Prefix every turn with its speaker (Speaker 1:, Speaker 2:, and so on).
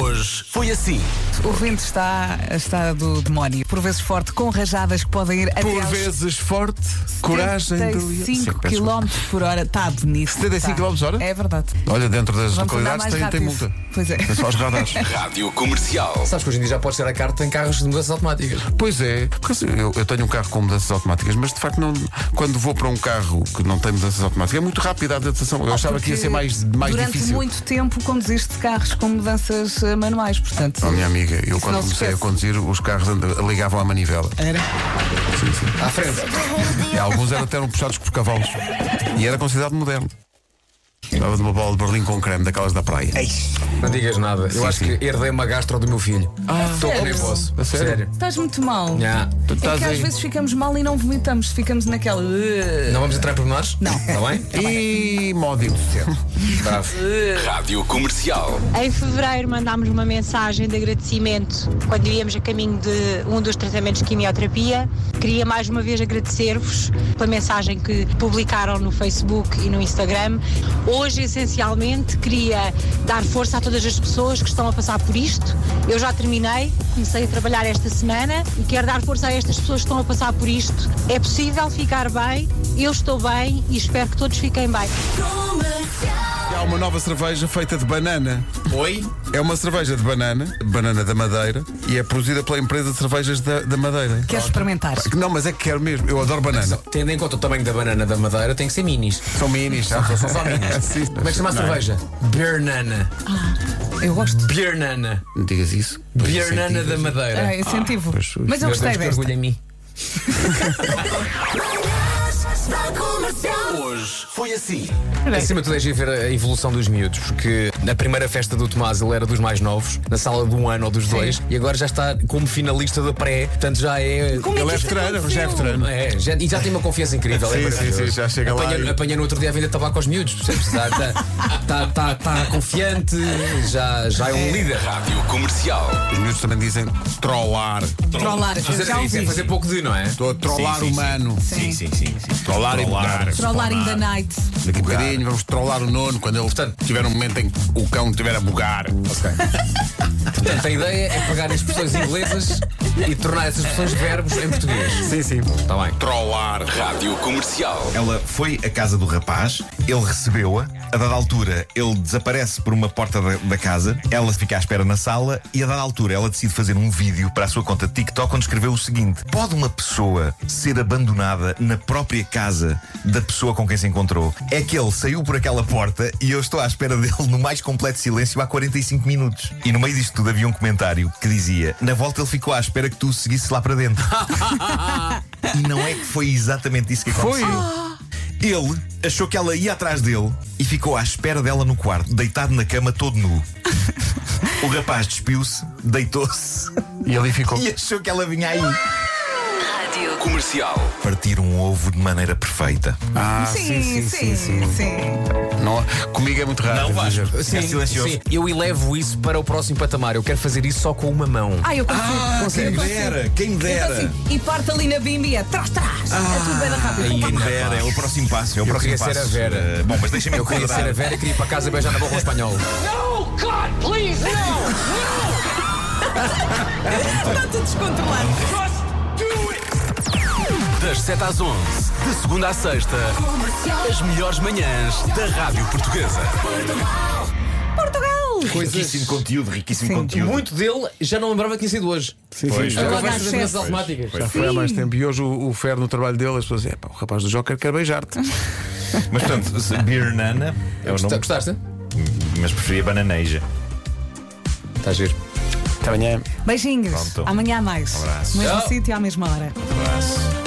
Speaker 1: Hoje foi assim.
Speaker 2: O vento está, está do demónio. Por vezes forte, com rajadas que podem ir até
Speaker 3: Por
Speaker 2: aos
Speaker 3: vezes forte, coragem do
Speaker 2: 75 km por hora. Está bonito.
Speaker 3: 75
Speaker 2: tá.
Speaker 3: km por hora?
Speaker 2: É verdade.
Speaker 3: Olha, dentro das
Speaker 2: Vamos andar
Speaker 3: localidades tem,
Speaker 2: mais
Speaker 3: tem
Speaker 2: rápido.
Speaker 3: multa.
Speaker 2: Pois é.
Speaker 3: É só os radares.
Speaker 1: Rádio Comercial.
Speaker 4: Sabes que hoje em dia já pode ser a carta em carros de mudanças automáticas.
Speaker 3: Pois é, porque assim, eu, eu tenho um carro com mudanças automáticas, mas de facto não, quando vou para um carro que não tem mudanças automáticas, é muito rápida a adaptação. Eu achava que ia ser mais, mais
Speaker 2: Durante
Speaker 3: difícil.
Speaker 2: muito tempo conduziste carros com mudanças eh, manuais, portanto.
Speaker 3: Oh, minha amiga, eu
Speaker 2: não
Speaker 3: quando
Speaker 2: se
Speaker 3: comecei a
Speaker 2: esquece.
Speaker 3: conduzir, os carros and- ligavam à manivela.
Speaker 2: Era.
Speaker 3: Sim, sim.
Speaker 4: À frente.
Speaker 3: E alguns eram até eram puxados por cavalos. E era considerado moderno. Estava de uma bola de Berlim com creme, daquelas da praia.
Speaker 4: Não digas nada. Eu acho
Speaker 3: sim. Ah, é?
Speaker 4: que herdei uma gastro do meu filho. Estou com nervoso.
Speaker 3: A sério?
Speaker 2: Estás muito mal.
Speaker 4: Já.
Speaker 3: Tu
Speaker 2: É
Speaker 3: estás
Speaker 2: que às
Speaker 3: aí.
Speaker 2: vezes ficamos mal e não vomitamos, ficamos naquela. "Ugh".
Speaker 4: Não vamos entrar por nós? Não. Está bem?
Speaker 3: E módico.
Speaker 4: Bravo.
Speaker 1: Rádio Comercial.
Speaker 5: Em fevereiro mandámos uma mensagem de agradecimento quando íamos a caminho de um dos tratamentos de quimioterapia. Queria mais uma vez agradecer-vos pela mensagem que publicaram no Facebook e no Instagram. Hoje, essencialmente, queria dar força a todas as pessoas que estão a passar por isto. Eu já terminei, comecei a trabalhar esta semana e quero dar força a estas pessoas que estão a passar por isto. É possível ficar bem, eu estou bem e espero que todos fiquem bem.
Speaker 3: Há uma nova cerveja feita de banana.
Speaker 4: Oi?
Speaker 3: É uma cerveja de banana, banana da Madeira, e é produzida pela empresa de cervejas da, da Madeira.
Speaker 2: Queres experimentar?
Speaker 3: Não, mas é que quero mesmo. Eu adoro banana.
Speaker 4: Tendo em conta o tamanho da banana da madeira, tem que ser minis.
Speaker 3: São minis, são,
Speaker 4: São só minis.
Speaker 3: Sim.
Speaker 4: Como é que se chama a
Speaker 3: Não
Speaker 4: cerveja? Biernana.
Speaker 2: Eu gosto.
Speaker 4: Biernana.
Speaker 3: Não digas isso. Pois
Speaker 4: Biernana
Speaker 3: incentivas.
Speaker 4: da madeira.
Speaker 2: É incentivo.
Speaker 3: Ah, pois,
Speaker 2: Mas eu
Speaker 4: Meu Deus,
Speaker 2: gostei
Speaker 4: que
Speaker 2: desta.
Speaker 4: orgulho em mim.
Speaker 1: Hoje foi assim.
Speaker 4: Acima de tudo é giro ver a evolução dos miúdos, porque na primeira festa do Tomás ele era dos mais novos, na sala de um ano ou dos dois, e agora já está como finalista da pré, portanto já é.
Speaker 2: Como é
Speaker 3: Ele
Speaker 2: que
Speaker 3: é
Speaker 2: isto
Speaker 3: veterano, já é
Speaker 2: aconteceu?
Speaker 3: veterano.
Speaker 4: É, já, e já tem uma confiança incrível.
Speaker 3: Sim,
Speaker 4: é
Speaker 3: sim, sim, já chega lá
Speaker 4: apanha,
Speaker 3: e-
Speaker 4: apanha no outro dia a venda tabaco aos miúdos, percebes? Está tá, tá, tá confiante, já, já é um líder.
Speaker 1: Rádio Comercial.
Speaker 3: Os miúdos também dizem trollar.
Speaker 2: Trollar.
Speaker 4: Fazer,
Speaker 2: Já
Speaker 4: isso é
Speaker 2: ouvi.
Speaker 4: fazer pouco de, não é?
Speaker 3: Estou a trollar
Speaker 6: Sim, sim,
Speaker 3: humano.
Speaker 6: Sim, sim, sim. sim.
Speaker 3: Trollar e pegar.
Speaker 2: Trollar in
Speaker 3: Ah.
Speaker 2: the night.
Speaker 3: Daqui a Um bocadinho vamos trollar o nono quando ele
Speaker 4: Portanto-
Speaker 3: tiver um momento em que o cão estiver a bugar.
Speaker 4: Portanto, a ideia é pegar as expressões inglesas e tornar essas expressões verbos em português. Sim, sim. Está bem.
Speaker 3: Trollar.
Speaker 1: Rádio Comercial.
Speaker 6: Ela foi à casa do rapaz, ele recebeu-a, a dada altura ele desaparece por uma porta da, da casa, ela fica à espera na sala e a dada altura ela decide fazer um vídeo para a sua conta TikTok onde escreveu o seguinte: Pode uma pessoa ser abandonada na própria casa da pessoa com quem se encontrou? É que ele saiu por aquela porta e eu estou à espera dele no mais completo silêncio há 45 minutos. E no meio disto tudo havia um comentário que dizia: Na volta ele ficou à espera que tu o seguisse lá para dentro. e não é que foi exatamente isso que aconteceu. Ele achou que ela ia atrás dele e ficou à espera dela no quarto, deitado na cama todo nu. O rapaz despiu-se, deitou-se
Speaker 3: E ali ficou.
Speaker 6: e achou que ela vinha aí.
Speaker 1: Comercial.
Speaker 6: Partir um ovo de maneira perfeita.
Speaker 3: Ah,
Speaker 2: Sim, sim, sim.
Speaker 3: Não, comigo é muito raro. devo dizer.
Speaker 6: Ficar silencioso.
Speaker 4: sim, eu elevo isso para o próximo patamar. Eu quero fazer isso só com uma mão.
Speaker 2: Ah, eu consigo.
Speaker 6: Quem
Speaker 2: consigo.
Speaker 6: me
Speaker 2: consigo.
Speaker 6: dera, quem me
Speaker 2: Então,
Speaker 6: dera.
Speaker 2: assim, e parte ali na bimbi, é trás, trás. é tudo bem rápido.
Speaker 6: Quem me dera, é o próximo passo, é o
Speaker 4: Eu
Speaker 6: próximo
Speaker 4: queria ser
Speaker 6: passo.
Speaker 4: a Vera.
Speaker 6: Eh, bom, mas deixem-me
Speaker 4: Eu queria ser a
Speaker 6: recordar.
Speaker 4: Vera e queria ir para casa beijar na boca ao espanhol.
Speaker 2: Está tudo descontrolado.
Speaker 1: Das 7 às 11, de segunda à sexta, as melhores manhãs da Rádio Portuguesa.
Speaker 6: Riquíssimo conteúdo, riquíssimo
Speaker 2: Sim.
Speaker 6: conteúdo.
Speaker 4: Muito dele já não lembrava que tinha sido hoje.
Speaker 3: Sim, sim.
Speaker 6: Pois,
Speaker 3: Já,
Speaker 4: Agora
Speaker 2: Agora
Speaker 4: vais
Speaker 2: há
Speaker 4: fazer as
Speaker 2: acesso.
Speaker 4: automáticas.
Speaker 3: já foi há mais tempo. E hoje o, o Fer, no trabalho dele, as pessoas dizem: "Epá, o rapaz do Joker quer beijar-te.
Speaker 6: Mas portanto, se- Beer Nana é o
Speaker 4: Gosta-
Speaker 6: nome,
Speaker 4: Gostaste?
Speaker 6: mas preferia Bananeja.
Speaker 4: Está giro.
Speaker 3: Até amanhã.
Speaker 2: Beijinhos.
Speaker 6: Pronto.
Speaker 2: Amanhã há mais.
Speaker 6: abraço.
Speaker 2: Mesmo
Speaker 4: Tchau.
Speaker 2: sítio, à mesma hora.
Speaker 6: Um abraço.